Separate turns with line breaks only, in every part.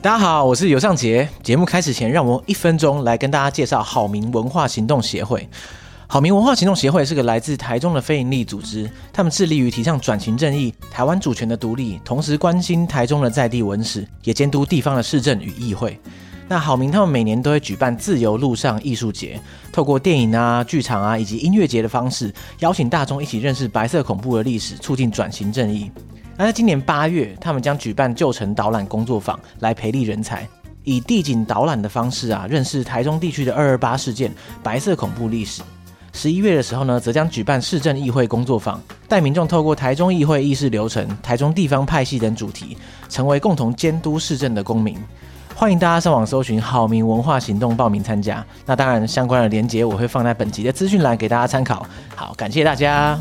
大家好，我是尤尚杰。节目开始前，让我用一分钟来跟大家介绍好民文化行动协会。好民文化行动协会是个来自台中的非营利组织，他们致力于提倡转型正义、台湾主权的独立，同时关心台中的在地文史，也监督地方的市政与议会。那好明他们每年都会举办自由路上艺术节，透过电影啊、剧场啊以及音乐节的方式，邀请大众一起认识白色恐怖的历史，促进转型正义。那在今年八月，他们将举办旧城导览工作坊，来培力人才，以地景导览的方式啊，认识台中地区的二二八事件、白色恐怖历史。十一月的时候呢，则将举办市政议会工作坊，带民众透过台中议会议事流程、台中地方派系等主题，成为共同监督市政的公民。欢迎大家上网搜寻“好民文化行动”报名参加。那当然，相关的连结我会放在本集的资讯栏给大家参考。好，感谢大家。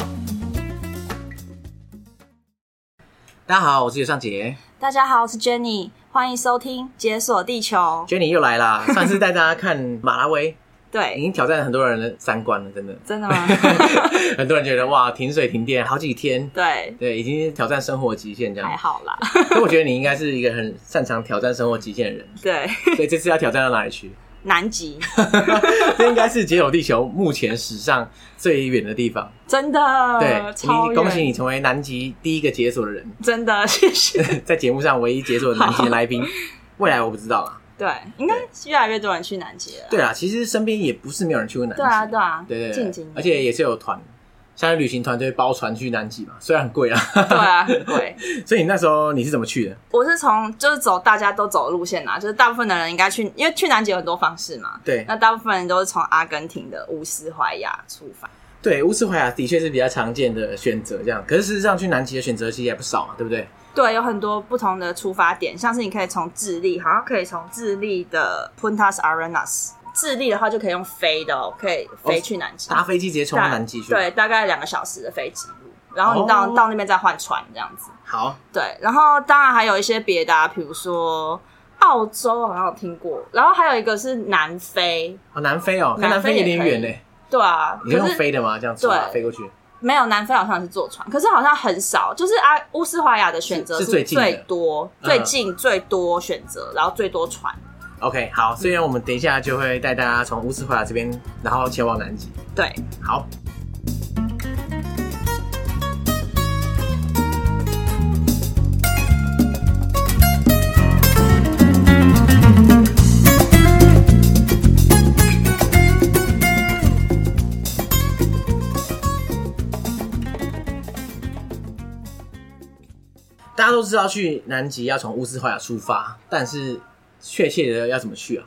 大家好，我是尤尚杰
大家好，我是 Jenny，欢迎收听《解锁地球》。
，Jenny 又来 啦。上次带大家看马拉维，已
对，
经挑战了很多人的三观了， 真的。
真的吗？
很多人觉得哇，停水停电好几天，
对，
对，已经挑战生活极限这
还
样。
好 啦。
所以我觉得你应该是一个很擅长挑战生活极限的 人，
对，
所以这次要挑战到哪里去？
南极
这应该是解锁地球目前史上最远的地方。
真的
对，
呃超
你
远
恭喜你成为南极第一个解锁的人，
真的 谢谢。
在节目上唯一解锁的南极
好
来宾。未来我不知道啦。
对，应该越来越多人去南极了。
对啦，其实身边也不是没有人去过南极，
对啊，对啊，
对对
近
对
景，
而且也是有团，像是旅行团就会包船去南极嘛，虽然很贵啦。
对啊，很贵。
所以你那时候你是怎么去的？
我是从就是走大家都走的路线啦，就是大部分的人应该去，因为去南极有很多方式嘛。
对
那大部分人都是从阿根廷的乌斯怀亚出发。
对，乌斯怀亚的确是比较常见的选择，这样。可是事实上去南极的选择其实也不少嘛，对不对？
对，有很多不同的出发点，像是你可以从智利，好像可以从智利的 Puntas Arenas，智利的话就可以用飞的、哦，可以飞去南极，
搭飞机直接冲到哦南极去。，
对，大概两个小时的飞机路，然后你到、
哦
到那边再换船这样子。
好，
对，然后当然还有一些别的、啊，比如说澳洲好像有听过，然后还有一个是南非，
哦，南非哦，看南
南非
非有点
也可以
远嘞，
对啊，
你是用
可是
飞的吗？这样出发
对
飞过去？
没有，南非好像是坐船，可是好像很少，就是阿乌斯怀亚的选择
是是最近的
最多、
嗯
最近最多选择，然后最多船。
OK，好，所以我们等一下就会带大家从乌斯怀亚这边，然后前往南极。
对，
好，大家都知道去南极要从乌斯怀亚出发，但是确切的要怎么去啊？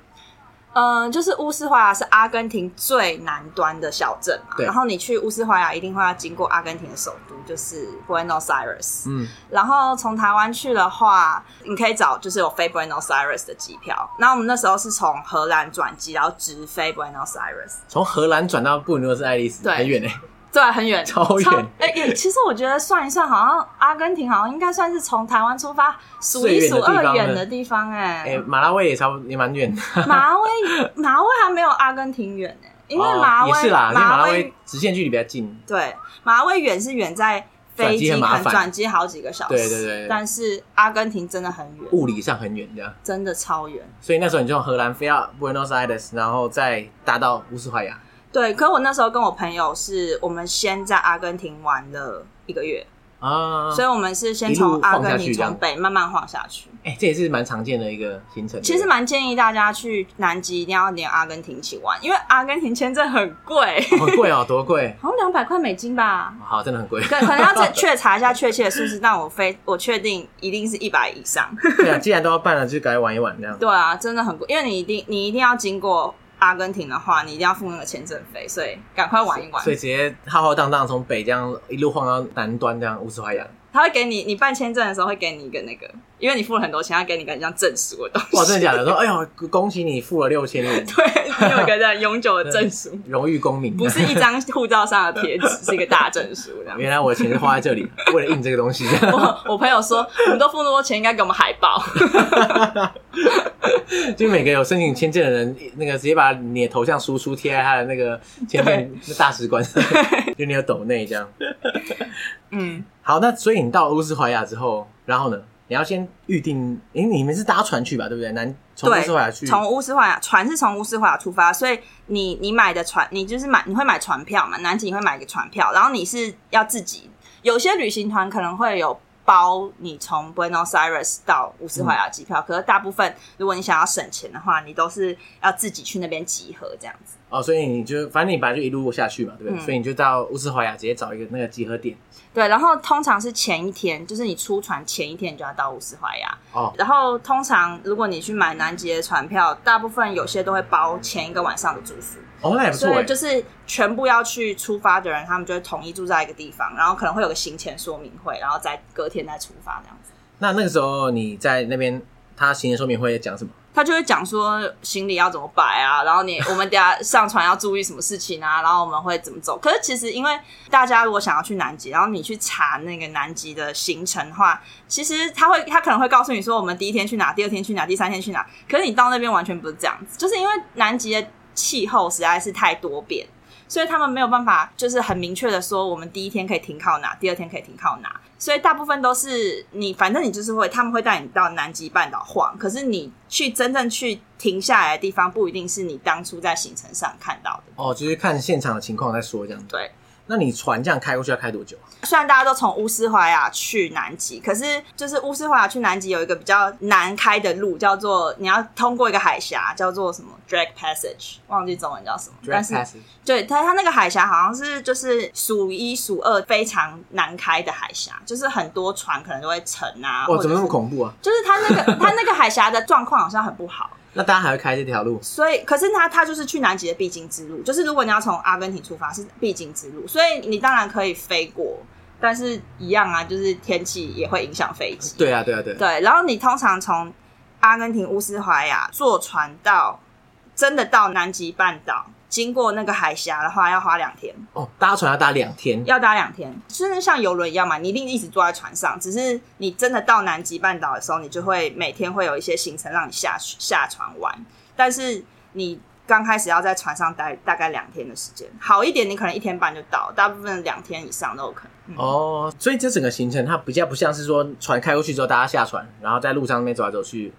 嗯，就是乌斯怀亚是阿根廷最南端的小镇嘛，
对
然后你去乌斯怀亚一定会要经过阿根廷的首都，就是 Buenos Aires。
嗯，
然后从台湾去的话，你可以找就是有飞 Buenos Aires 的机票。那我们那时候是从荷兰转机，然后直飞 Buenos Aires。
从荷兰转到布宜诺斯艾利斯，
对
很远哎、
对，很远，
超远
哎、哎其实我觉得算一算，好像阿根廷好像应该算是从台湾出发数一数二远的地方、
哎、
哎、
马拉维也差不多，也蛮远的。
马威 马威还没有阿根廷远哎、 因为
哦
马威、
也是啦，因为马
马
拉维直线距离比较近。
对马威远是远在飞
转机
机
很
可
麻
能
烦
转机好几个小时，
对对对对哦
但是阿根廷真的很远，
物理上很远这样，
真的超远。
所以那时候你就从荷兰飞到 Buenos Aires，然后再搭到乌斯怀亚。
对，可我那时候跟我朋友是我们先在阿根廷玩了一个月，
啊，
所以我们是先
一
从
路
阿
晃下去
根廷
这样
从北慢慢晃下去。
哎、这也是蛮常见的一个行程。
其实
对不对
蛮建议大家去南极，一定要连阿根廷一起玩，因为阿根廷签证很贵，
哦很贵哦， 多贵！
好像两百块美金吧。
好，真的很贵。
可可能要再确查一下确切的数字，但我非我确定一定是一百以上。
对啊，既然都要办了，就赶快玩一玩这样。
对啊，真的很贵，因为你一定你一定要经过阿根廷的话，你一定要付那个签证费，所以赶快玩一玩
所。以直接浩浩荡荡从北这样一路晃到南端这样乌斯怀亚。
他会给你你办签证的时候会给你一个那个，因为你付了很多钱，他给你一个很像证书的东西。
哇，真的假的？说哎呦，恭喜你付了六千元，
对，你有一个这样永久的证书，
荣誉公民。
不是一张护照上的贴纸，是一个大证书这 样。
原来我的钱是花在这里，为了印这个东西。
我 我朋友说，我们都付那么多钱，应该给我们海报。
就每个有申请签证的人，那个直接把你的头像输出贴在他的那个签证大使馆 上，就你有抖内这样。
嗯，
好，那所以你到乌斯怀亚之后，然后呢？你要先预定，诶，你们是搭船去吧，对不对？南从
对
乌斯怀亚去，
从乌斯怀亚船是从乌斯怀亚出发，所以你你买的船，你就是买你会买船票嘛？南极你会买一个船票，然后你是要自己。有些旅行团可能会有包你从 Buenos Aires 到乌斯怀亚机
嗯
票，可是大部分如果你想要省钱的话，你都是要自己去那边集合这样子。
哦，所以你就反正你本来就一路下去嘛，对不对？
嗯
所以你就到乌斯怀亚直接找一个那个集合点。
对，然后通常是前一天，就是你出船前一天你就要到乌斯怀亚。
哦
然后通常如果你去买南极的船票，大部分有些都会包前一个晚上的住宿。
哦，那也不错
所
哎
以。就是全部要去出发的人，他们就会统一住在一个地方，然后可能会有个行前说明会，然后再隔天再出发这样子。
那那个时候你在那边，他行前说明会讲什么？
他就会讲说行李要怎么摆啊， 然后你我们等下上船要注意什么事情啊，然后我们会怎么走。可是其实因为大家如果想要去南极，然后你去查那个南极的行程的话，其实他会他可能会告诉你说我们第一天去哪，第二天去哪，第三天去哪。可是你到那边完全不是这样子，就是因为南极的气候实在是太多变，所以他们没有办法，就是很明确的说，我们第一天可以停靠哪，第二天可以停靠哪。所以大部分都是你，反正你就是会，他们会带你到南极半岛晃。可是你去真正去停下来的地方，不一定是你当初在行程上看到的。
哦，就是看现场的情况再说这样子。
对，
那你船这样开过去要开多久啊？
虽然大家都从乌斯怀亚去南极，可是就是乌斯怀亚去南极有一个比较难开的路，叫做你要通过一个海峡，叫做什么 Drag Passage，忘记中文叫什么，但
Direct
是
passage
对它，它那个海峡好像是就是数一数二非常难开的海峡，就是很多船可能都会沉啊。
哇，
或者
怎么那
是
么恐怖啊？
就是它那个 它那个海峡的状况好像很不好，
那大家还会开这条路？
所以可是它它就是去南极的必经之路，就是如果你要从阿根廷出发是必经之路，所以你当然可以飞过，但是一样啊，就是天气也会影响飞机。
对啊，对啊，对啊。
对，然后你通常从阿根廷乌斯怀亚坐船到真的到南极半岛，经过那个海峡的话，要花两天。
哦，搭船要搭两天。
要搭两天，就是像游轮一样嘛，你一定一直坐在船上，只是你真的到南极半岛的时候，你就会每天会有一些行程让你下去下船玩，但是你刚开始要在船上待大概两天的时间，好一点你可能一天半就到，大部分两天以上都有可能。嗯、
哦，所以这整个行程它比较不像是说船开过去之后大家下船，然后在路上那边走来走去，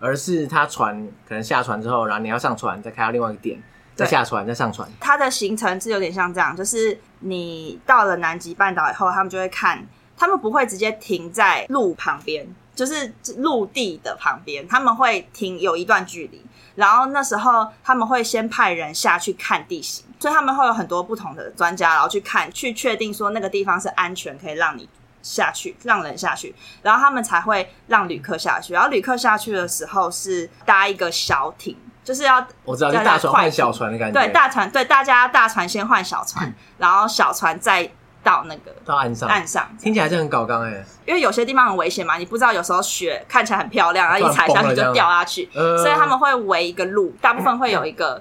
而是它船可能下船之后，然后你要上船，再开到另外一个点，再
对
下船，再上船。
它的行程是有点像这样，就是你到了南极半岛以后，他们就会看，他们不会直接停在路旁边，就是陆地的旁边，他们会停有一段距离，然后那时候他们会先派人下去看地形，所以他们会有很多不同的专家，然后去看，去确定说那个地方是安全，可以让你。下去，让人下去，然后他们才会让旅客下去。然后旅客下去的时候是搭一个小艇，就是要
我知道，就
对
大船换
快艇
小船的感觉。
对，大船对大家大船先换小船，然后小船再到那个
到岸上，
岸上，
听起来就很搞刚哎、欸。
因为有些地方很危险嘛，你不知道有时候雪看起来很漂亮，然后一踩下去就掉下去，
呃，
所以他们会围一个路，大部分会有一个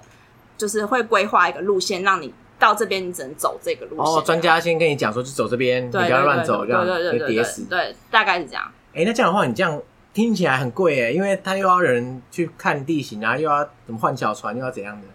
就是会规划一个路线，让你到这边你只能走这个路线。
哦，专家先跟你讲说，就走这边，你不
对
要乱走，这
对
样
对对
你
对
跌
对
死
对，。对大概是这样。
哎、那这样的话，你这样听起来很贵哎，因为他又要人去看地形，然后又要怎么换小船，又要怎样的。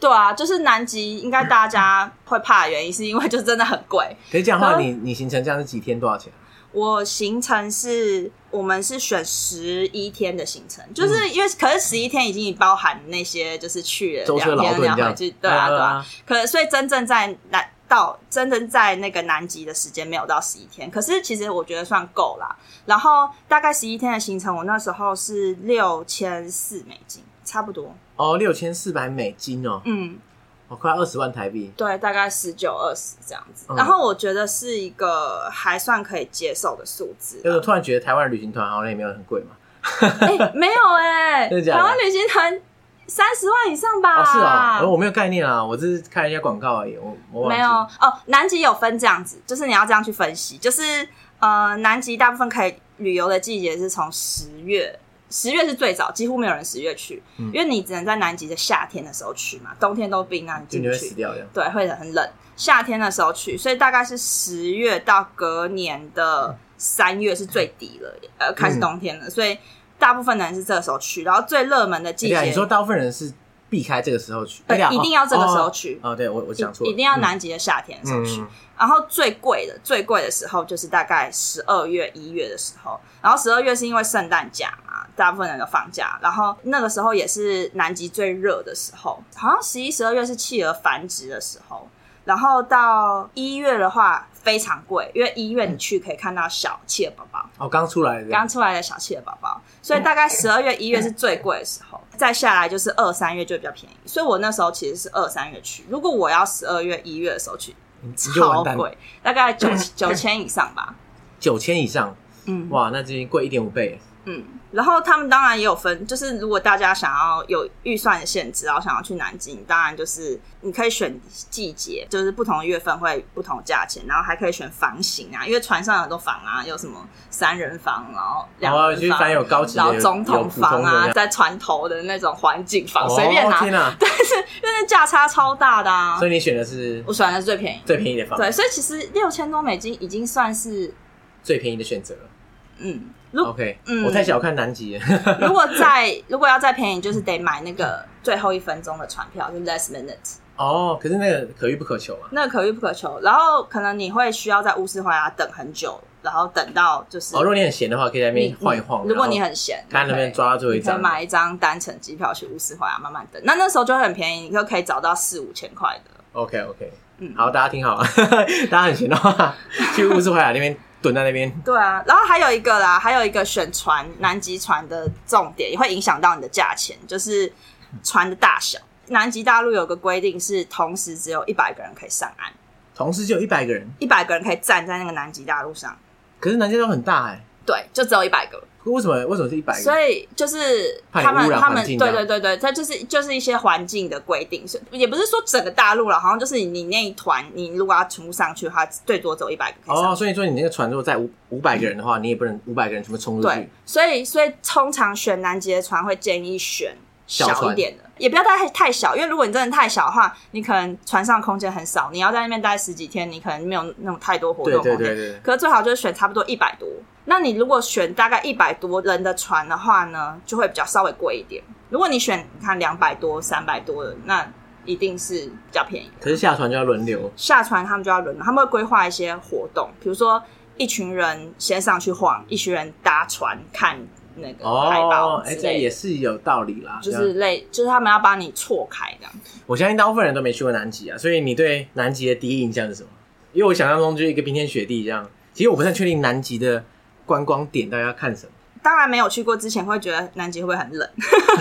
对啊，就是南极应该大家会怕的原因，是因为就真的很贵，
可是这样的话，
然后
你你行程这样是几天多少钱？
我行程是我们是选十一天的行程，
嗯
就是因为可是十一天已经包含那些就是去了
舟车
两
劳
天
顿
两
这
回
样
去，对啊对啊。
呃
可所以真正在南到真正在那个南极的时间没有到十一天，可是其实我觉得算够啦。然后大概十一天的行程，我那时候是六千四美金，差不多，
哦，六千四百美金哦，
嗯，
哦，快二十万台币。
对，大概十九二十这样子
嗯。
然后我觉得是一个还算可以接受的数字啦，
就是突然觉得台湾的旅行团好像也没有很贵嘛。
哎，没有哎、
真的假的
台湾旅行团三十万以上吧？
哦，是哦，哦我没有概念啊，我只是看了一下广告而已，我我忘记
没有哦。南极有分这样子，就是你要这样去分析，就是呃，南极大部分可以旅游的季节是从十月。十月是最早，几乎没有人十月去，
嗯
因为你只能在南极的夏天的时候去嘛，冬天都冰啊，你
就
进
你
不
会
去
死。掉这样。
对，会很冷。夏天的时候去，所以大概是十月到隔年的三月是最低了，呃，开始
嗯
冬天了，所以大部分的人是这个时候去。然后最热门的季
对啊，
节，
你说大部分人是避开这个时候去，
对
哎呀
一定要这个时候
哦
去
哦，对我我讲错了，
一定要南极的夏天的时候去。
嗯
然后最贵的最贵的时候就是大概十二月一月的时候，然后十二月是因为圣诞假嘛，大部分人都放假，然后那个时候也是南极最热的时候，好像十一十二月是企鹅繁殖的时候，然后到一月的话非常贵，因为一月你去可以看到小企鹅宝宝，
哦，刚出来的，
刚出来的小企鹅宝宝，所以大概十二月、一月是最贵的时候，再下来就是二三月就比较便宜。所以我那时候其实是二三月去，如果我要十二月、一月的时候去，
你你就
超
完蛋了，
贵，大概九 九千以上吧。
九千以上，
嗯
哇，那这贵一点五倍，
嗯，然后他们当然也有分，就是如果大家想要有预算的限制，然后想要去南极，你当然就是你可以选季节，就是不同的月份会不同价钱，然后还可以选房型啊，因为船上有很多房啊，有什么三人房，然后
然
两
后
人
去
房，
哦翻有高级的，
然后
有
总统房
有普通
啊，
的
在船头的那种环境
这
房，
样
随便拿，
哦
因
天
为
哪！
那价差超大的啊
所。以你嗯选的是
我选的是最便宜，
最便宜的房，
对，所以其实六千多美金已经算是
最便宜的选择了。
嗯，如
OK，
嗯
我太小看南极了，
如果再如果要再便宜，就是得买那个最后一分钟的船票，就 last minute，
哦，可是那个可遇不可求嘛。
那个可遇不可求。然后可能你会需要在乌斯怀亚等很久，然后等到就是
哦，如果你很闲的话，可以在那
你
边晃一晃。
如果
然后
你很闲，
看能不能抓到最后一
你可以
张，
买一张单程机票去乌斯怀亚慢慢等。那那时候就会很便宜，你就可以找到四五千块的。
OK OK，
嗯
好，大家听好啊， 大家很闲的 话，去乌斯怀亚那边蹲在那边，
对啊，然后还有一个啦，还有一个选船南极船的重点也会影响到你的价钱，就是船的大小。南极大陆有个规定是，同时只有一百个人可以上岸。
同时就有一百个人，
一百个人可以站在那个南极大陆上，
可是南极都很大哎、
对，就只有一百个，
为什么为什么是一百个？
所以就是
怕你
他们
污染
他们
环境
对
这
对
样
对对，它就是就是一些环境的规定，所以也不是说整个大陆了，好像就是你那一团，你如果要全部上去的话，最多走一百个可以上
哦，
去。
所以说你那个船如果载五五百个人的话，你也不能五百个人全部冲出
对
去。，
所以所以通常选南极的船会建议选
小
小一
船
点的，也不要太太小，因为如果你真的太小的话，你可能船上空间很少，你要在那边待十几天，你可能没有那种太多活动
对
空
对
间。
对对，
可是最好就是选差不多一百多。那你如果选大概一百多人的船的话呢，就会比较稍微贵一点。如果你选你看两百多、三百多的，那一定是比较便宜的。
可是下船就要轮流，
下船他们就要轮流，他们会规划一些活动，比如说一群人先上去晃，一群人搭船看那个海
哦
报，
哎、
之
这
类
也
的，
是有道理啦。
就
这
是
样
类，就是他们要把你错开这样。
我相信大部分人都没去过南极啊，所以你对南极的第一印象是什么？因为我想象中就是一个冰天雪地这样。其实我不太确定南极的观光点大家要看什么，
当然没有去过之前会觉得南极会不会很冷，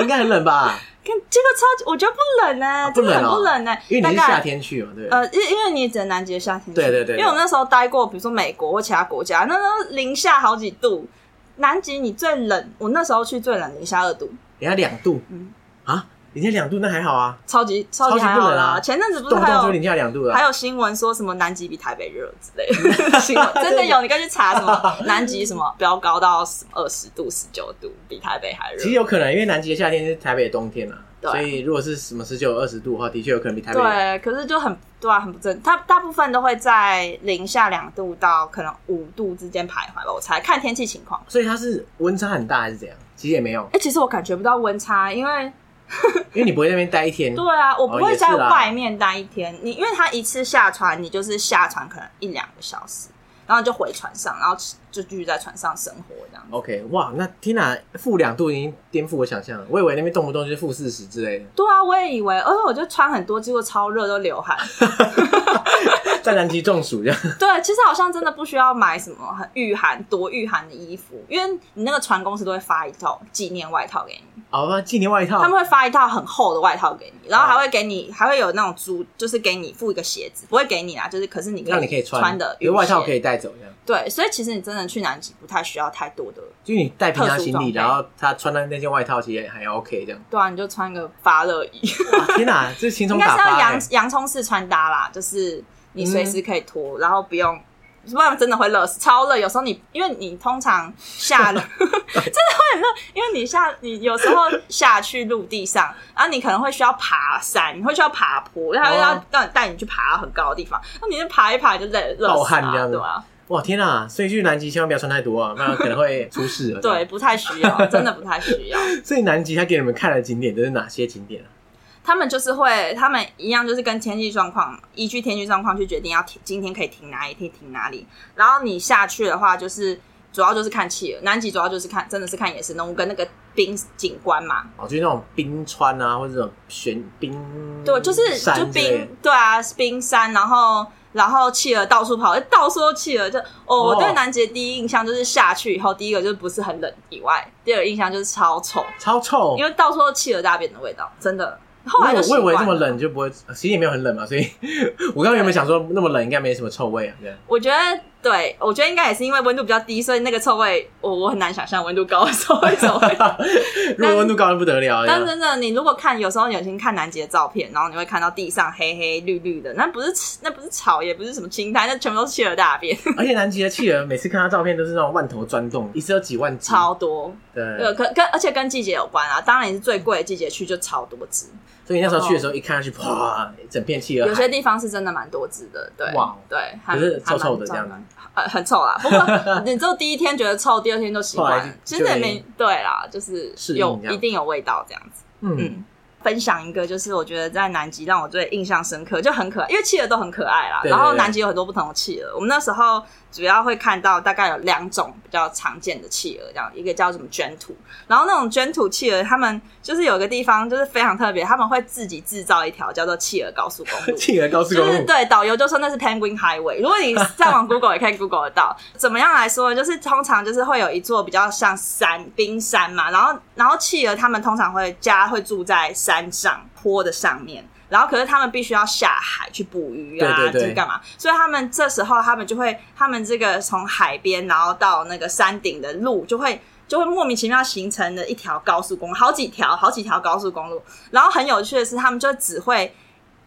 应该很冷吧？
看这个超级，我觉得不冷呢、
啊不
真的
冷
很
哦
不冷呢、
因为
大
你是
概
夏天去嘛，对不对？
呃，因因为你只能南极的夏天去，
对对对对
因为我那时候待过，比如说美国或其他国家，那时候零下好几度，南极你最冷，我那时候去最冷零下二度，
人家两度，
嗯
啊，人家两度那还好啊，
超级超
超级
还
不
好
冷
啦。
啊
前阵子不是
动不
还
动就零
有
下两度啊
还
了。
有新闻说什么南极比台北热之类 的新闻，真的有，你可以去查什么南极什么飙高到二十度、十九度，比台北还热
其实。有可能，因为南极的夏天是台北的冬天啊，
对啊
所以如果是什么十九、二十度的话，的确有可能比台北
对，可是就很对啊，很不正。它大部分都会在零下两度到可能五度之间徘徊吧，我猜看天气情况。
所以它是温差很大还是怎样？其实也没有
哎、，其实我感觉不到温差，因为
因为你不会在那边待一天，
对啊，我不
哦
会
也是
在
啦
外面待一天。你因为他一次下船，你就是下船可能一两个小时，然后就回船上，然后就继续在船上生活这样子。
OK，哇，那天哪，负两度已经颠覆我想象了。我以为那边动不动就是负四十之类的，
对啊，我也以为，而且我就穿很多，结果超热都流 汗。
在南极中暑这样。
对，其实好像真的不需要买什么很御寒、多御寒的衣服，因为你那个船公司都会发一套纪念外套给你，
好吧，纪念外套
他，们会发一套很厚的外套给你，然后
哦
还会给你，还会有那种租，就是给你附一个鞋子，不会给你啦，就是可是你
让你可以穿，
穿的
因为外套可
以。
以带走这样。
对，所以其实你真的去南极不太需要太多的
就你带平常行
特殊装
李，
备
然后他穿的那件外套其实还 OK 这样。
对啊，你就穿个发热衣，
哇，天哪，这是轻
应
松
该
打
是要
发、
洋
欸。
洋葱式穿搭啦，就是你随时可以脱，然后不用。不然真的会热死，超热。有时候你因为你通常下 真的会很热，因为你下你有时候下去陆地上，然后你可能会需要爬山，你会需要爬坡，然后要
哦
让带你去爬很高的地方，那你就爬一爬就累，热死
冒汗
啊
这样子
对啊，
哇天啊！所以去南极千万不要穿太多啊，不然可能会出事了。
对，，不太需要，真的不太需要。
所以南极他给你们看的景点都是哪些景点啊？
他们就是会，他们一样就是跟天气状况，依据天气状况去决定要停，今天可以停哪里，可以停哪里。然后你下去的话，就是主要就是看企鹅，南极主要就是看，真的是看野生动物跟那个冰景观嘛。
哦，就是那种冰川啊，或者这种悬冰，
对，就是
山
就
之类的
冰，对啊，冰山，然后然后企鹅到处跑，到处都企鹅就哦，我对南极的第一印象就是下去以后，第一个就是不是很冷以外，第二个印象就是超臭，
超臭。
因为到处都企鹅大便的味道，真的。后
我
来
以
就
为
习
我以为
惯
这么
了
冷就不会，呃其实也没有很冷嘛，所以 我刚刚原本想说那么冷应该没什么臭味啊，对。
我觉得，对我觉得应该也是因为温度比较低，所以那个臭味，我我很难想象温度高的臭味 怎么
哎
会。
如果温度高就不得了
但
了，
真的，你如果看，有时候有些看南极的照片，然后你会看到地上黑黑绿绿的，那不是那不是草，也不是什么青苔，那全部都是企鹅 大便，
而且南极的企鹅每次看它照片都是那种万头钻洞，一次有几万只。
超多。对，
对，
可跟而且跟季节有关啊，当然是最贵的季节去就超多只，
所以那时候去的时候一看下去，啪，整片企鹅海。
哦有些地方是真的蛮多只的。对，
啊哇
对，
可
还
是
还
臭
蛮
臭的这样
蛮
子。
呃，很臭啦。不过你只有第一天觉得臭，第二天就习
后
惯
来
了
就，
其实也
就
没对啦，就是
适应
有
这样
一定有味道这样子。
嗯，
嗯，分享一个，就是我觉得在南极让我最印象深刻，就很可爱，因为企鹅都很可爱啦。
对对
然后
对
南极有很多不同的企鹅，我们那时候主要会看到大概有两种比较常见的企鹅，这样一个叫什么卷土，然后那种卷土企鹅，他们就是有一个地方就是非常特别，他们会自己制造一条叫做企鹅高速公路。
企鹅高速
就
公
是
路。
对导游就说那是 Penguin Highway，如果你上网 Google 也可以 Google 得到。怎么样来说呢？就是通常就是会有一座比较像山冰山嘛，然后然后企鹅他们通常会家会住在山上坡的上面。然后，可是他们必须要下海去捕鱼啊，
对对对
就是干嘛？所以他们这时候，他们就会，他们这个从海边，然后到那个山顶的路，就会就会莫名其妙形成了一条高速公路，好几条，好几条高速公路。然后很有趣的是，他们就只会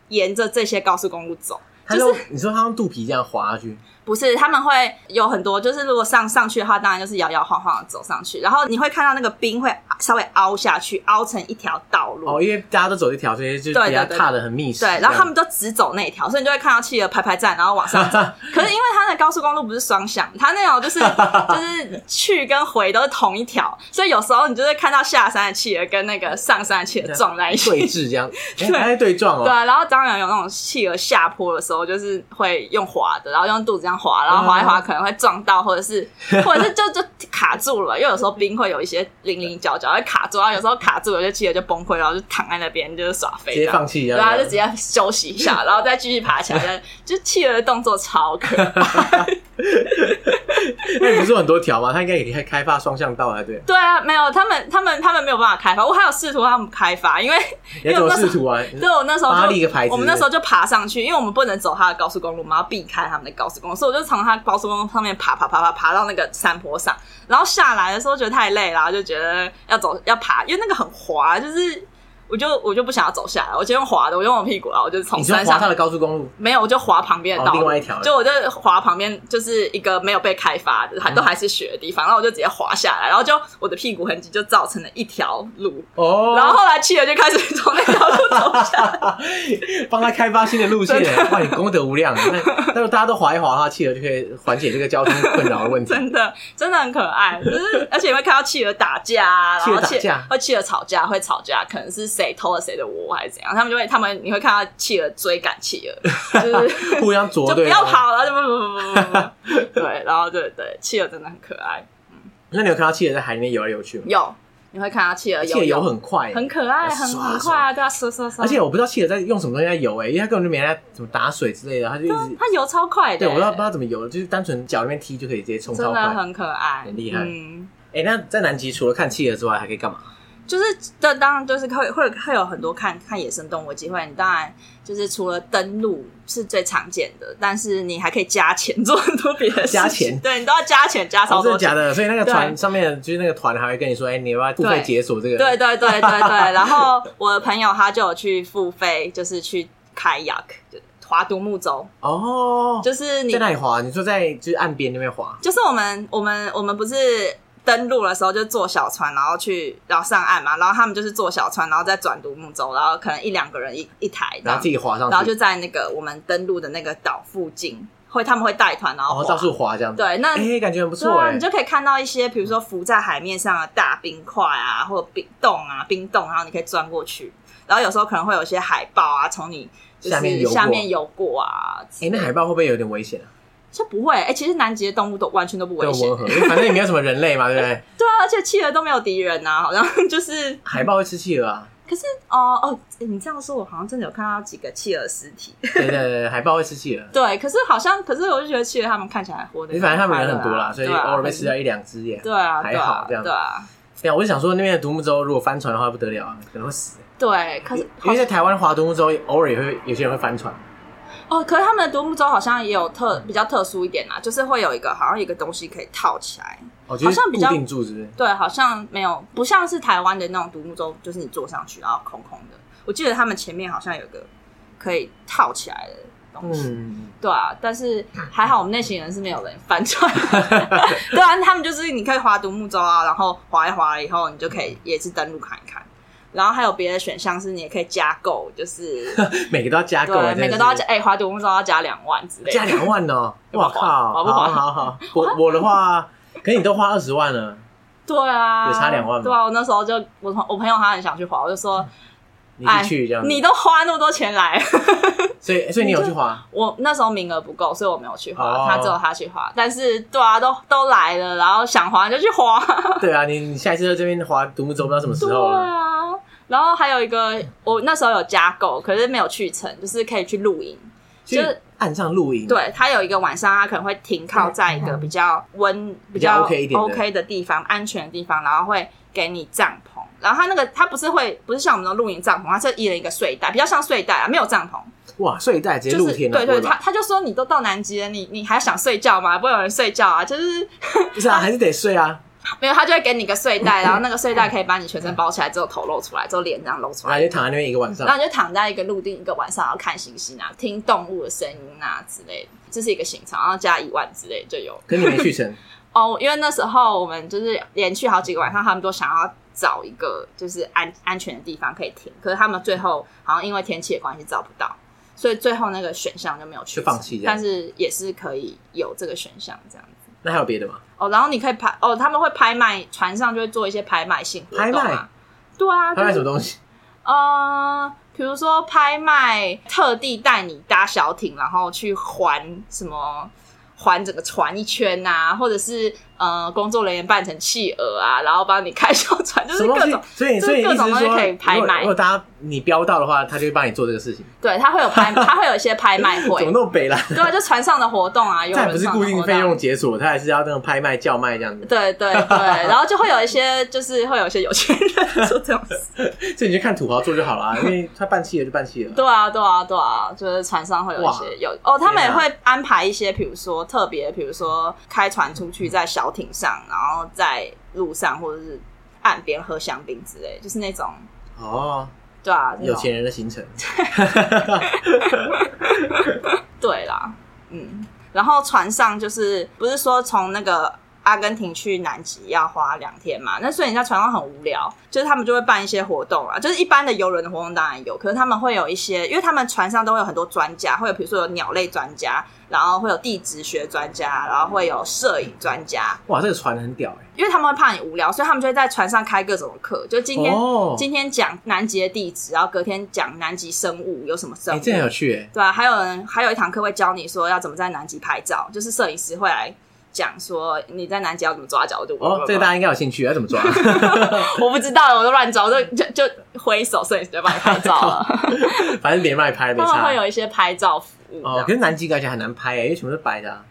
沿着这些高速公路走，
它就你说它用肚皮这样滑下去，
不是他们会有很多，就是如果上上去的话，当然就是摇摇晃晃的走上去，然后你会看到那个冰会稍微凹下去，凹成一条道路。
哦，因为大家都走一条，所以就
对
比较
对对
踏的很密实这样。
对，然后他们都只走那一条，所以你就会看到企鹅排排站，然后往上走。可是因为它的高速公路不是双向，它那种就是 就是去跟回都是同一条，所以有时候你就会看到下山的企鹅跟那个上山的企鹅撞在一起。
对峙这 样，哎，
对
还在对撞
对
哦。
啊，然后当然有那种企鹅下坡的时候，就是会用滑的，然后用肚子这样滑，然后滑一
嗯
滑可能会撞到，或 者是或者是就就卡住了，因为有时候冰会有一些零零角角会卡住，然后有时候卡住了就企鹅就崩溃，然后就躺在那边就是耍飞，
直接放弃这
对
样，
啊，就直接休息一 下，然后再继续爬起来，就就企鹅的动作超 可爱。
那你不是有很多条吗？它应该也可以开发双向道啊，对。
对啊，没有他们，他们他们没有办法开发，我还有试图让他们开发，因为
你要怎么试图啊？
对我那时候
帮他
就
立个牌子
我们那时候就爬上去，因为我们不能走他的高速公路，我们要避开他们的高速公路，所以我就从他高速公路上面爬爬爬爬爬到那个山坡上，然后下来的时候觉得太累了，就觉得要走要爬，因为那个很滑，就是我就我就不想要走下来，我就用滑的，我用我屁股啊，我就从
你说
山
滑
上
它的高速公路，
没有，我就滑旁边的道
哦
路，
另外一条
就我就滑旁边，就是一个没有被开发的，还都还是雪的地方，然后我就直接滑下来，然后就我的屁股痕迹就造成了一条路，
哦，
然后后来企鹅就开始从那条路走下来，
帮他开发新的路线，哇，你功德无量啊！那那如果大家都滑一滑的话，企鹅就可以缓解这个交通困扰的问题。
真的真的很可爱，就是而且你会看到企鹅打架啊，然
企鹅
后
打架
会企鹅吵架，会吵架，可能是谁偷了谁的窝还是怎样，他们就会他们你会看到企鹅追赶企鹅，就是
互相
就
啄
不
对
要
方。
跑了，就不不不不不不，对，然后对对，企鹅真的很可爱。
那你有看到企鹅在海里面游来游去吗？
有，你会看到企鹅
企鹅
游
游
泳，
很快，
很可爱，
刷
很
刷
很快啊，对啊，刷刷刷。
而且我不知道企鹅在用什么东西在游，哎，因为它根本就没在怎么打水之类的，它就一直
它游超快的，
对，我不知道不知道怎么游，就是单纯脚那边踢就可以直接冲超
啊真的
快。
很可爱，
很厉害
嗯，
哎，那在南极除了看企鹅之外，还可以干嘛？
就是这当然就是会会会有很多看看野生动物的机会，你当然就是除了登陆是最常见的，但是你还可以加钱做很多别的事情
加钱
对你都要加钱加超
哦，真
多
的假
钱。
的？所以那个
对
船上面就是那个团还会跟你说，哎，你要不要付费
对
解锁这个？
对对对对对，然后我的朋友他就有去付费，就是去开 yak，就划独木舟，
哦，
就是你
在那里滑？你说在就是岸边那边滑？
就是我们我们我们不是登陆的时候就坐小船，然后去然后上岸嘛，然后他们就是坐小船，然后再转独木舟，然后可能一两个人一一台这样，
然后自己滑上去，
然后就在那个我们登陆的那个岛附近，会他们会带团然
然
后
后
滑
哦到处滑这样子。
对那
哎，感觉很不
对
错
啊，
哎
你。就可以看到一些，比如说浮在海面上的大冰块啊，或者冰洞啊、冰洞，然后你可以钻过去。然后有时候可能会有一些海豹啊，从你就
下面
是
游过
下面游过啊。
哎，那海豹会不会有点危险啊？
这不会，哎、其实南极的动物都完全都不
对，
危险
温，和，因为反正也没有什么人类嘛，对不对？
对啊，而且企鹅都没有敌人啊，好像 就是，
海豹会吃企鹅啊，
可是哦哦，你这样说，我好像真的有看到几个企鹅尸体，
对对对对，海豹会吃企鹅。
对，可是好像，可是我就觉得企鹅他们看起来活的，
你反正他们人很多啦，所以
对啊
偶尔被吃掉一两只也
对啊，
还
对啊
好这样
对啊，
对啊，我就想说那边的独木舟如果翻船的话不得了啊，可能会死。
对，可是
因
好
为在
像
台湾划独木舟，偶尔也会有些人会翻船。
哦，可是他们的独木舟好像也有特比较特殊一点啦，啊就是会有一个好像有一个东西可以套起来，
哦，就是
好像比
固
较
定住是不是？
对，好像没有，不像是台湾的那种独木舟，就是你坐上去然后空空的。我记得他们前面好像有个可以套起来的东西，
嗯，
对啊，但是还好我们那群人是没有人 翻船，对啊，他们就是你可以划独木舟啊，然后划一划了以后，你就可以也是登陆看一看。然后还有别的选项是，你也可以加购，就是
每个都要加购啊，
对
真的
每个
是
都要加，哎、划独木舟要加两万之类
加
的。
两万 哦！哇靠，
划不划
好好 好，我我的话，可是你都花二十万了，
对啊，
有差两万吗
对啊，我那时候就我同我朋友他很想去划，我就说，哎
你就去这样子，
你都花那么多钱来，
所以所以你有去划？
我那时候名额不够，所以我没有去滑，
哦
他只有他去滑。但是对啊，都都来了，然后想滑就去滑。
对啊，你你下一次在这边划独木舟不知道什么时
对
候了。
啊，然后还有一个，我那时候有加购，可是没有去成，就是可以去露营。
去
就是
岸上露营，，
啊对，他有一个晚上，他可能会停靠在一个比较温、
嗯
比
较
较
OK 一点的
OK 的地方、安全的地方，然后会给你帐篷。然后他那个他不是会不是像我们的露营帐篷，他是一人一个睡袋，比较像睡袋啊，没有帐篷。
哇，睡袋直接
就
露
是
天了，啊
对
不
对，
会
他
吧
他就说你都到南极了，你你还想睡觉吗？不会有人睡觉啊，就是
不是啊，还是得睡啊，
没有，他就会给你个睡 袋，然后那个睡袋可以把你全身包起来，只有头露出来，只有脸这样露出
然后
来。
啊就躺在那边一个晚上
然。后你就躺在一个陆地一个晚上，然后看星星啊，听动物的声音啊之类的，这是一个行程，然后加一万之类就有
可是你没去成，
哦。因为那时候我们就是连续好几个晚上，他们都想要找一个就是安安全的地方可以停，可是他们最后好像因为天气的关系找不到，所以最后那个选项就没有去
就放弃这样
但是也是可以有这个选项这样子。
那还有别的 吗？
哦，然后你可以拍哦，他们会拍卖，船上就会做一些拍卖性活动、啊。
拍卖
对啊，
还有什么
就是
东西？
呃，比如说拍卖特地带你搭小艇，然后去环什么环整个船一圈啊，或者是呃工作人员扮成企鹅啊，然后帮你开小船， 就是
什么
各
东西
种？
所以
就是
所以意
各
思
种
是
东西
说，
可以拍卖
如果如果大家你标到的话，他就会帮你做这个事情。
对，它会有 拍，它会有一些拍卖
怎么
会
那。么北啦？
对啊，就船上的活动啊，有
这还不
人
是
上
固
的
定
活
费
动啊
用解锁，他还是要那种拍卖叫卖这样子。
对对对，然后就会有一些，就是会有一些有钱人做这种事。
所以你就看土豪做就好啦，因为他办企鹅就办企鹅。
对啊，对啊，对啊，就是船上会有一
哇
些有哦，他们也
天啊
会安排一些，比如说特别，比如说开船出去在小艇上，然后在路上或者是岸边喝香槟之类，就是那种
哦，
对啊，那种
有钱人的行程，
对啦，嗯，然后船上就是不是说从那个阿根廷去南极要花两天嘛？那所以你在船上很无聊，就是他们就会办一些活动啊，就是一般的游轮的活动当然有，可是他们会有一些，因为他们船上都会有很多专家，会有比如说有鸟类专家，然后会有地质学专家，然后会有摄影专家。
哇，这个船很屌哎、
因为他们会怕你无聊，所以他们就会在船上开各种课。就今天、
哦
今天讲南极的地质，然后隔天讲南极生物有什么生
欸，
物，
哎、这很有趣哎、
对啊，还有人还有一堂课会教你说要怎么在南极拍照，就是摄影师会来讲说你在南极要怎么抓角度。
哦，这个大家应该有兴趣，要怎么抓？
我不知道，我都乱找，我 就就就挥手，摄影师就帮你拍照了。
反正连麦拍 没
他们
差
会。有一些拍照服务。
哦，可是南极感觉很难拍哎、因为全部是白的、啊，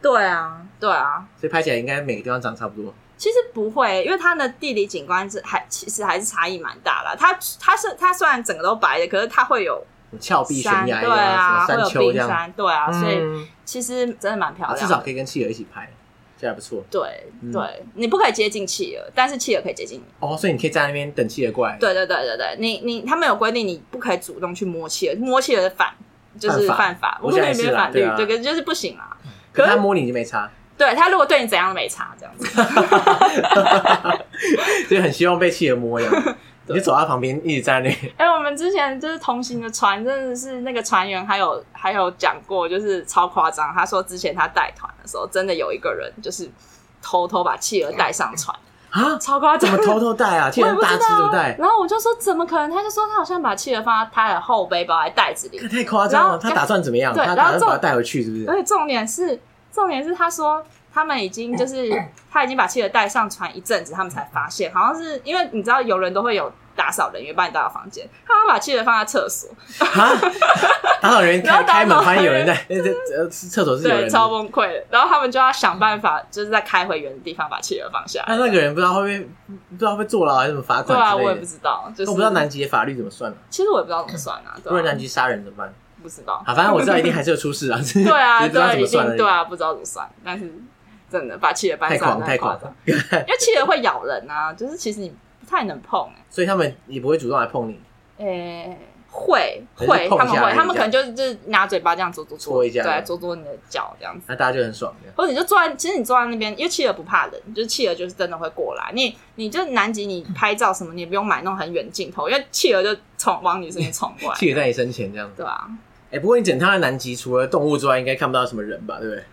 对啊，对啊，
所以拍起来应该每个地方长差不多。
其实不会，因为它的地理景观是还其实还是差异蛮大的。它它是它虽然整个都白的，可是它会有
什么峭壁、
山，
悬
对
崖
啊，
啊，什么
会
山
有
丘这
冰
样。
山，对啊，所以
嗯
其实真的蛮漂
啊
亮的。
至少可以跟企鹅一起拍，这还不错。
对
嗯
对，你不可以接近企鹅，但是企鹅可以接近你。
哦，所以你可以在那边等企鹅过来。
对对对对对，你你他们有规定，你不可以主动去摸企鹅，摸企鹅反就是
犯法
犯法，
我
觉
现
得
在
没
也
有
是啦
法律，
对啊
对，可是就是不行啊。
可
可
是他
是
摸你就没差，
对他如果对你怎样都没差，这样子。
欸 就很希望被企鹅摸一样。你就走到旁边，一直在那里，
哎、我们们之前就是同行的船，真的是那个船员还有还有讲过，就是超夸张。他说之前他带团的时候，真的有一个人就是偷偷把企鹅带上船，
啊，
超夸
怎
张
么。偷偷带啊？竟
我也
然
不知
大只
道
都
啊
带，，
然后我就说怎么可能？他就说他好像把企鹅放在他的后背包还袋子里，
太夸张
然
了。
后
他打算怎么样？
对
他
然
打
后
算
重
把他带回去，是 不
而
是？
且重点是，重点是他说他们已经就是 他已经把企鹅带上船一阵子，他们才发现，好像是因为你知道有人都会有打扫人员帮你打扫房间，他们把企鹅放在厕所，
啊，打扫人员
然
开
后打扫
开门，发现有人
人
在，那这呃是厕所是有
对，
人
超
的。
崩溃的。然后他们就要想办法，就是再开回原地方把企鹅放下
啊那
来。
那个人不知道会被不知道会被坐牢还是什么罚
对
款
啊，
之类
我
的
也不知道，就是
都不知道南极的法律怎么算了。
其实我也不知道怎么算啊，
如果
对啊
南极杀人怎么办？
不知 道。
啊，反 正我知道一定还是有出事啊。 对
对啊，
不知
对
道
啊，
怎么
一
算而
定
已
对啊，不知道怎么算，但是真的把企鹅搬
太
上
狂
来
太
夸
狂
张，，因为企鹅会咬人啊，就是其实你不太能碰、欸
所以他们也不会主动来碰你，
诶、会
还是
会，
碰一
他
下
们会，
而已
他们可能就是就是拿嘴巴这样啄啄
戳一下
对，啄啄你的脚这样子。
那大家就很爽这样。
或者你就坐在，其实你坐在那边，因为企鹅不怕冷，就是企鹅就是真的会过来。你你就南极，你拍照什么，你也不用买那种很远镜头，因为企鹅就冲往你身边冲过来，
气得在你身前这样子。
对啊。
哎，不过你整趟的南极除了动物之外，应该看不到什么人吧？对不对？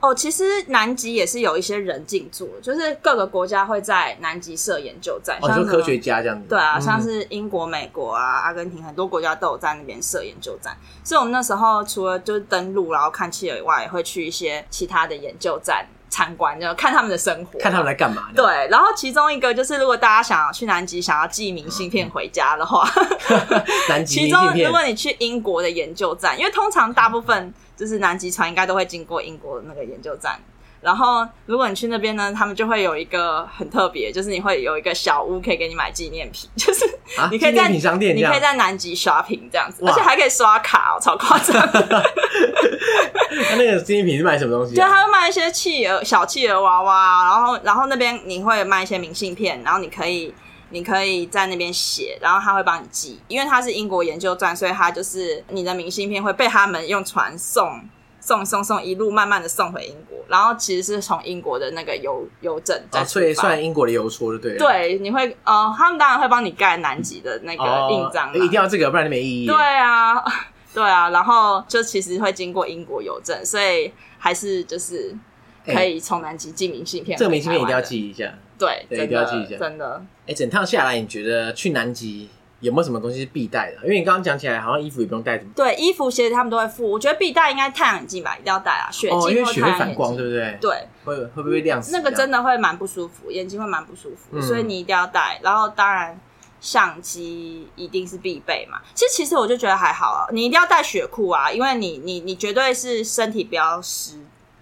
哦，其实南极也是有一些人进驻，就是各个国家会在南极设研究站，
哦，你
像
说
什
科
么
学家这样子。
对啊，
嗯
像是英国、美国啊、阿根廷，很多国家都有在那边设研究站。所以我们那时候除了就是登陆，然后看企鹅以外，也会去一些其他的研究站参观，就看他们的生活。
看他们来干嘛这样？
对，然后其中一个就是，如果大家想要去南极，想要寄明信片回家的话，
南极嗯
其
明
中
信片
如果你去英国的研究站，因为通常大部分就是南极船应该都会经过英国的那个研究站。然后，如果你去那边呢，他们就会有一个很特别，就是你会有一个小屋可以给你买纪念品， 就是
啊，
你可
纪
以
念
在
品商店这
你
样
可以，在南极 shopping 这样子，
哇
而且还可以刷卡、哦， 超 夸张。
那那个纪念品是卖什么东西
就
啊？
他会卖一些企鹅、小企鹅娃娃，然后然后那边你会卖一些明信片，然后你可以你可以在那边写，然后他会帮你寄，因为他是英国研究站，所以他就是你的明信片会被他们用船送。送送送，一路慢慢的送回英国，然后其实是从英国的那个邮邮政再
哦，所以
出发
算英国的邮戳就对了。
对，你会呃，他们当然会帮你盖南极的那
哦，
个印章、啊
一定要这个，不然就没意义。
对啊，对啊，然后就其实会经过英国邮政，所以还是就是可以啊从南极寄明信片、
这个哎明信片一定要，记一下。
对，
对
真的
一定要寄一下
真的。
哎，整趟下来，你觉得去南极有没有什么东西是必带的？因为你刚刚讲起来，好像衣服也不用带，怎么？
对，衣服、鞋子他们都会付，我觉得必带应该太阳眼镜吧，一定要带啊，雪镜
哦，因为
或
雪
太
会
阳
反
眼
光，
镜。
对不对？
对，嗯
会会不会亮死？
那个真
的
的会蛮不舒服，眼睛会蛮不舒服，
嗯
所以你一定要带。然后当然相机一定是必备嘛。其实其实我就觉得还好啊，你一定要带雪裤啊，因为你你你绝对是身体不要湿，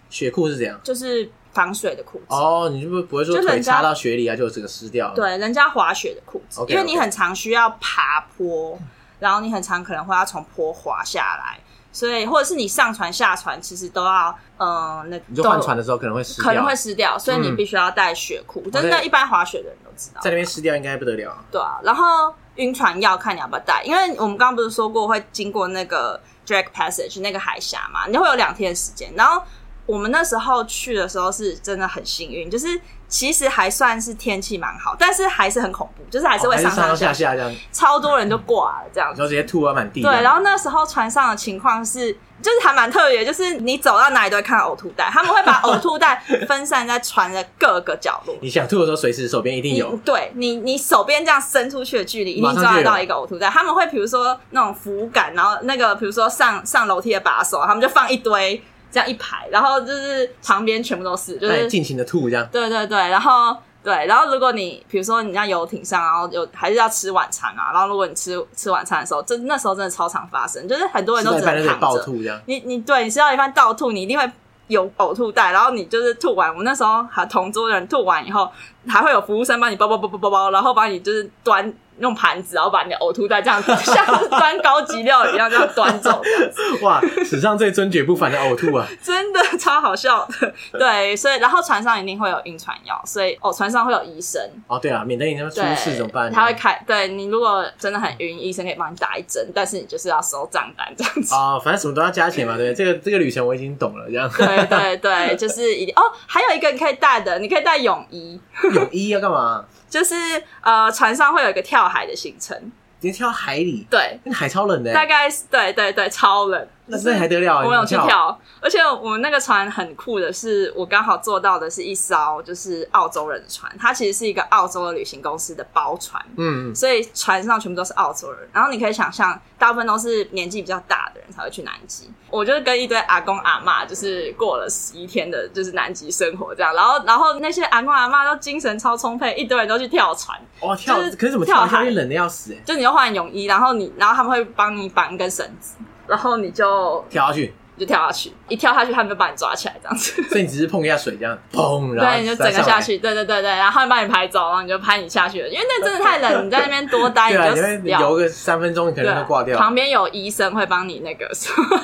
雪裤是怎样？
就是防水的裤子。
哦，你就不不会说
就
腿
人家
插到雪里啊，就整个湿掉了。
对，人家滑雪的裤子
OK，OK
因为你很常需要爬坡，然后你很常可能会要从坡滑下来，所以或者是你上船下船，其实都要嗯、呃那
你就换
都
船的时候可能会湿掉，
可能会湿掉，所以你
嗯
必须要带雪裤。真
在
的，一般滑雪的人都知道
在。那边湿掉，应该不得了啊。
对啊，然后晕船药看你要不要带，因为我们刚刚不是说过会经过那个 Drake Passage 那个海峡嘛，你会有两天的时间。然后我们那时候去的时候是真的很幸运，就是其实还算是天气蛮好，但是还是很恐怖，就是还是
哦
会
还是
上
上上
下
下，下这样，
超多人都挂了这样
然
子。
后直接吐啊满地这
对
样。，
然后那时候船上的情况是，就是还蛮特别，就是你走到哪里都会看到呕吐袋，他们会把呕吐袋分散在船的各个角落。
你想吐的时候，随时手边一定
你
有。
对你，你手边这样伸出去的距离，一
马
定
上
抓
就
得
有
到一个呕吐袋。他们会比如说那种扶杆，然后那个比如说上上楼梯的把手，他们就放一堆这样一排，然后就是旁边全部都是，就
那你
是
尽情的吐这样，
对对对，然后对，然后如果你比如说你在游艇上，然后有还是要吃晚餐啊，然后如果你吃吃晚餐的时候，真那时候真的超常发生，就是很多人
吃到
都
一
只
半就
能
得
躺
暴
着。
吐这样。
你你对你吃到一半倒吐，你一定会有呕吐袋，然后你就是吐完，我们那时候还同桌的人吐完以后，还会有服务生帮你包包包包包包，然后帮你就是端用盘子，然后把你的呕吐袋这样像端高级料理一样这样端走，
哇， 史上最尊爵不凡的呕吐啊！
真的超好笑的。对，所以然后船上一定会有晕船药，所以哦船上会有医生，
哦，对啊，免得你他妈出
对，
事怎么办？
他会开，对你如果真的很晕，医生可以帮你打一针，但是你就是要收账单这样子。
哦，反正什么都要加钱嘛，对，这个这个旅程我已经懂了，这样。
对对对，就是一定哦，还有一个你可以带的，你可以带泳衣，
泳衣要干嘛？
就是呃，船上会有一个跳海的行程，
直接跳到海里，
对，
那海超冷的、
大
欸，
概是对对对，超冷。
那这还得了、欸？
我有去
你
跳，而且我们那个船很酷的是，我刚好坐到的是一艘就是澳洲人的船，它其实是一个澳洲的旅行公司的包船，
嗯，嗯，
所以船上全部都是澳洲人。然后你可以想象，大部分都是年纪比较大的人才会去南极。我就是跟一堆阿公阿妈，就是过了十一天的，就是南极生活这样。然后，然后那些阿公阿妈都精神超充沛，一堆人都去跳船，
哦，跳，
就是
可是怎么
跳
跳？
海
跳一冷的要死、欸，
就你就换泳衣，然后你，然后他们会帮你绑一根绳子，然后你就
跳下去，
你就跳下去，一跳下去他们就把你抓起来这样子。
所以你只是碰一下水这样， 砰， 然后
对，你就整
再
个
上
下
来。
去，对对对对，然后他们帮你拍照，然后你就拍你下去了，因为那真的太冷，你在那边多 待
对啊，
你
你
就死
们
掉
游
了。
个三分钟，你可能会挂掉。
啊旁边有医生会帮你那个，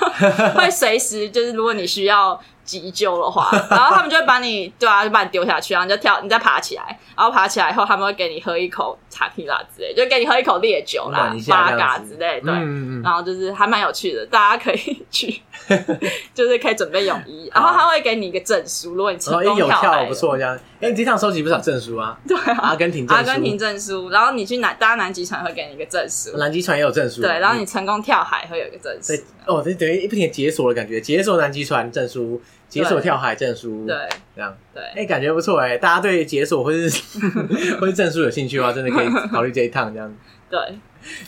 会随时就是如果你需要急救的话，然后他们就会把你对啊，就把你丢下去，然后你就跳，你再爬起来，然后爬起来以后他们会给你喝一口茶皮拉之类，就给你喝一口烈酒啦
暖一、下
八
这样
嘎
子
之类，对。
嗯嗯嗯，
然后就是还蛮有趣的，大家可以去， 就是可以准备泳衣，然后他会给你一个证书，如果你成
然后
功
一哦哎有
跳海
跳
了
不，错这样。哎，你这趟收集不少证书啊，
对啊，
阿根廷证
阿
书，
根廷证书，然后你去南，大家南极船会给你一个证书，
南极船也有证书，
对，然后你成功跳海会有一个证书
对，，哦，这等于一不停地解锁的感觉，解锁南极船证书，解锁跳海证书，
对
这样，
对，
哎，感觉不错哎。大家对解锁或是 或是证书有兴趣的话，真的可以考虑这一趟这样。
对，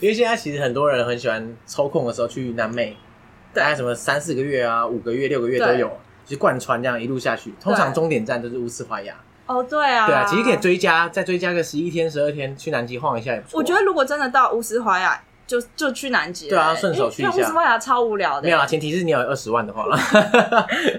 因为现在其实很多人很喜欢抽空的时候去南美，
对
大概什么三四个月啊、五个月、六个月都
对
有，就是贯穿这样一路下去。通常
对
终点站都是乌斯怀亚，
哦对啊，
对啊，其实可以。追加，再追加个十一天、十二天，去南极晃一下也不错。啊
我觉得如果真的到乌斯怀亚，就就去南极了，
对啊顺手
因为
去一下
因为乌斯怀亚超无聊的，欸
没有啦，啊前提是你有二十万的话啦。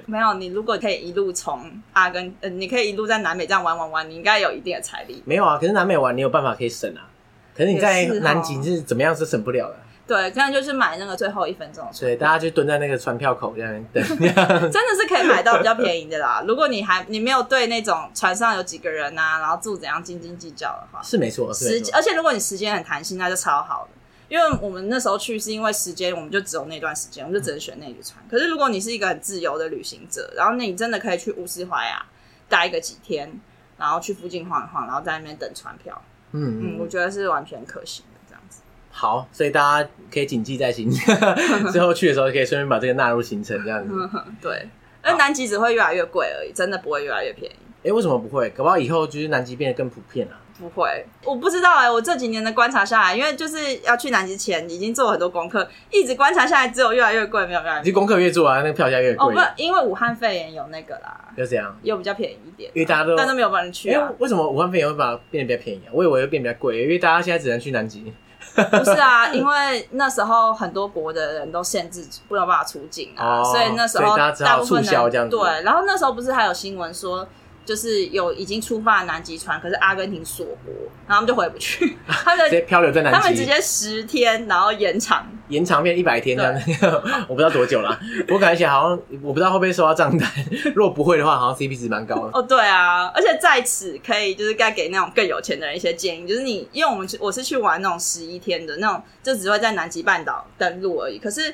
没有，你如果可以一路从阿根，呃，你可以一路在南美这样玩玩玩，你应该有一定的财力。
没有啊，可是南美玩你有办法可以省啊。可是你在
也是哦
南极是怎么样是省不了的，
对，这样就是买那个最后一分钟的船
所以大家就蹲在那个船票口在那边 等。
真的是可以买到比较便宜的啦。如果你还你没有对那种船上有几个人啊，然后住怎样斤斤计较的话，
是没错，是
时
没错。
而且如果你时间很弹性，那就超好的。因为我们那时候去是因为时间，我们就只有那段时间，我们就只能选那一船。可是如果你是一个很自由的旅行者，然后那你真的可以去乌斯怀亚待个几天，然后去附近晃一晃，然后在那边等船票，
嗯
嗯，我
嗯，
觉得是完全可行的这样子。
好，所以大家可以谨记在心， 之后去的时候可以顺便把这个纳入行程这样子。
嗯对，而南极只会越来越贵而已，真的不会越来越便宜。
哎，为什么不会？搞不好以后就是南极变得更普遍啊。
不会，我不知道哎、我这几年的观察下来，因为就是要去南极前已经做很多功课，一直观察下来，只有越来越贵，没有越来
你就
越
功课越做啊，那个票价越
哦
贵
不，，因为武汉肺炎有那个啦，
就这样。
又比较便宜一点，
因为大家都
但都没有人去
哎
啊，，
为什么武汉肺炎会把它变得比较便宜啊？我以为会变得比较贵，因为大家现在只能去南极。
不是啊，因为那时候很多国的人都限制不能办法出境啊，
哦
所以那时候
所以大家只好
部分
促销这样
人
子
对，然后那时候不是还有新闻说。就是有已经出发的南极船，可是阿根廷锁国，然后他们就回不 去，他
直接
们
漂流在南极，
他们直接十天，然后延长
延长变一百天这样， 我不知道多久啦。我感觉好像我不知道会不会收到账单， 如果不会的话，好像 CP 值蛮高的。
哦，对啊，而且在此可以就是该给那种更有钱的人一些建议，就是你因为我们去我是去玩那种十一天的那种，就只会在南极半岛登陆而已。可是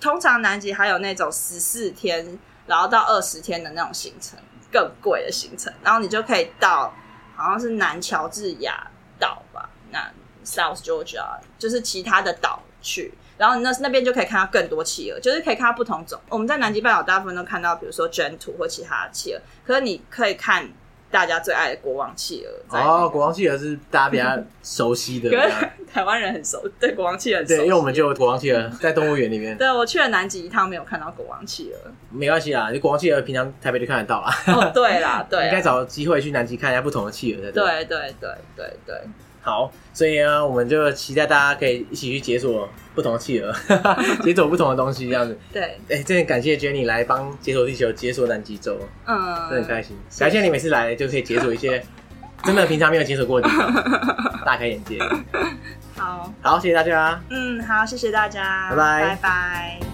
通常南极还有那种十四天，然后到二十天的那种行程，更贵的行程，然后你就可以到好像是南乔治亚岛吧，那 South Georgia 就是其他的岛去。然后你那那边就可以看到更多企鹅，就是可以看到不同种。我们在南极半岛大部分都看到，比如说卷土或其他的企鹅，可是你可以看大家最爱的国王企鹅在那边。
哦，国王企鹅是大家比较熟悉 的，
可是台湾人很熟，对国王企鹅很熟
对，
悉。
因为我们就有国王企鹅在动物园里 面，
对我去了南极一趟，没有看到国王企 鹅。
没关系啦，就国王企鹅平常台北就看得到啦。
哦，对啦，对
应该
啊，
找机会去南极看一下不同的企鹅才对。
对对对对对，
好，所以呢，我们就期待大家可以一起去解锁不同的企 鹅，解锁不同的东西这样子。
对，
哎、真的感谢 Jenny 来帮解锁地球解锁南极洲。
嗯，
真的很开心，感谢你每次来就可以解锁一些真的平常没有解锁过的地方，大开眼界。
好，
好，谢谢大家。
嗯，好，谢谢大家，
拜拜
拜拜。